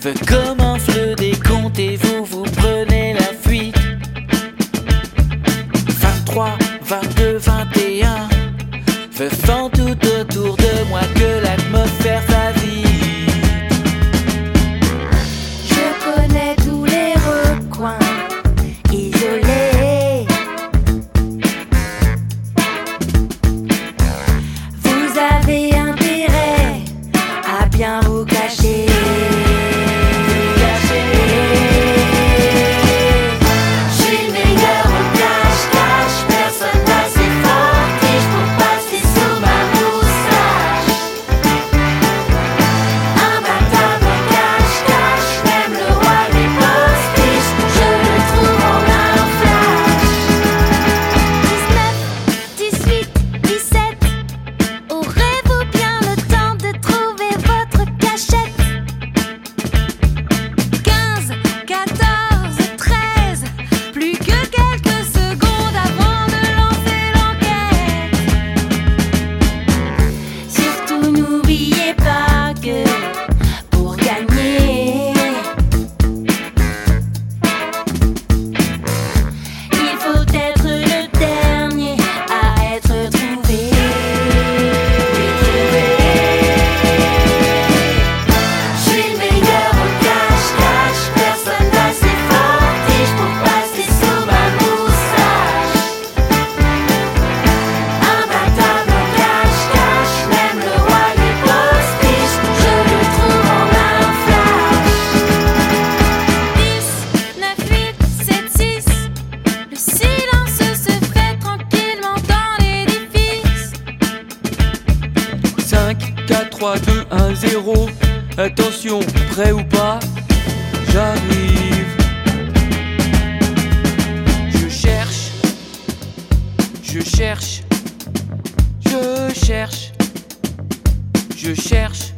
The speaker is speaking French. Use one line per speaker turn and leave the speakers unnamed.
feu commence le décompte et vous vous prenez la fuite. 23, 22, 21. Feu fend tout autour de moi que l'atmosphère s'avise.
Je connais tous les recoins isolés. Vous avez intérêt à bien vous cacher. Je suis meilleur au cache-cache, personne d'assez fort et je peux passer sous ma moustache. Un bâtard en cache-cache, même le roi des postiches, je le trouve en un flash. 19, 18, 17, aurez-vous bien le temps de trouver votre cachette 15, 14, 13, plus que quelques secondes avant de lancer l'enquête. Surtout n'oubliez pas que pour gagner, il faut être le dernier à être trouvé. Je suis le meilleur au cache-cache, personne d'assez fort et je peux passer sous ma moustache. Imbattable au cache-cache, même le roi des postiches, je le trouve en un flash. 10, 9, 8, 7, 6, le silence se fait tranquillement dans l'édifice.
5, 4, 3, 2, 1, 0. Attention, prêt ou pas, j'arrive. Je cherche, je cherche, je cherche, je cherche,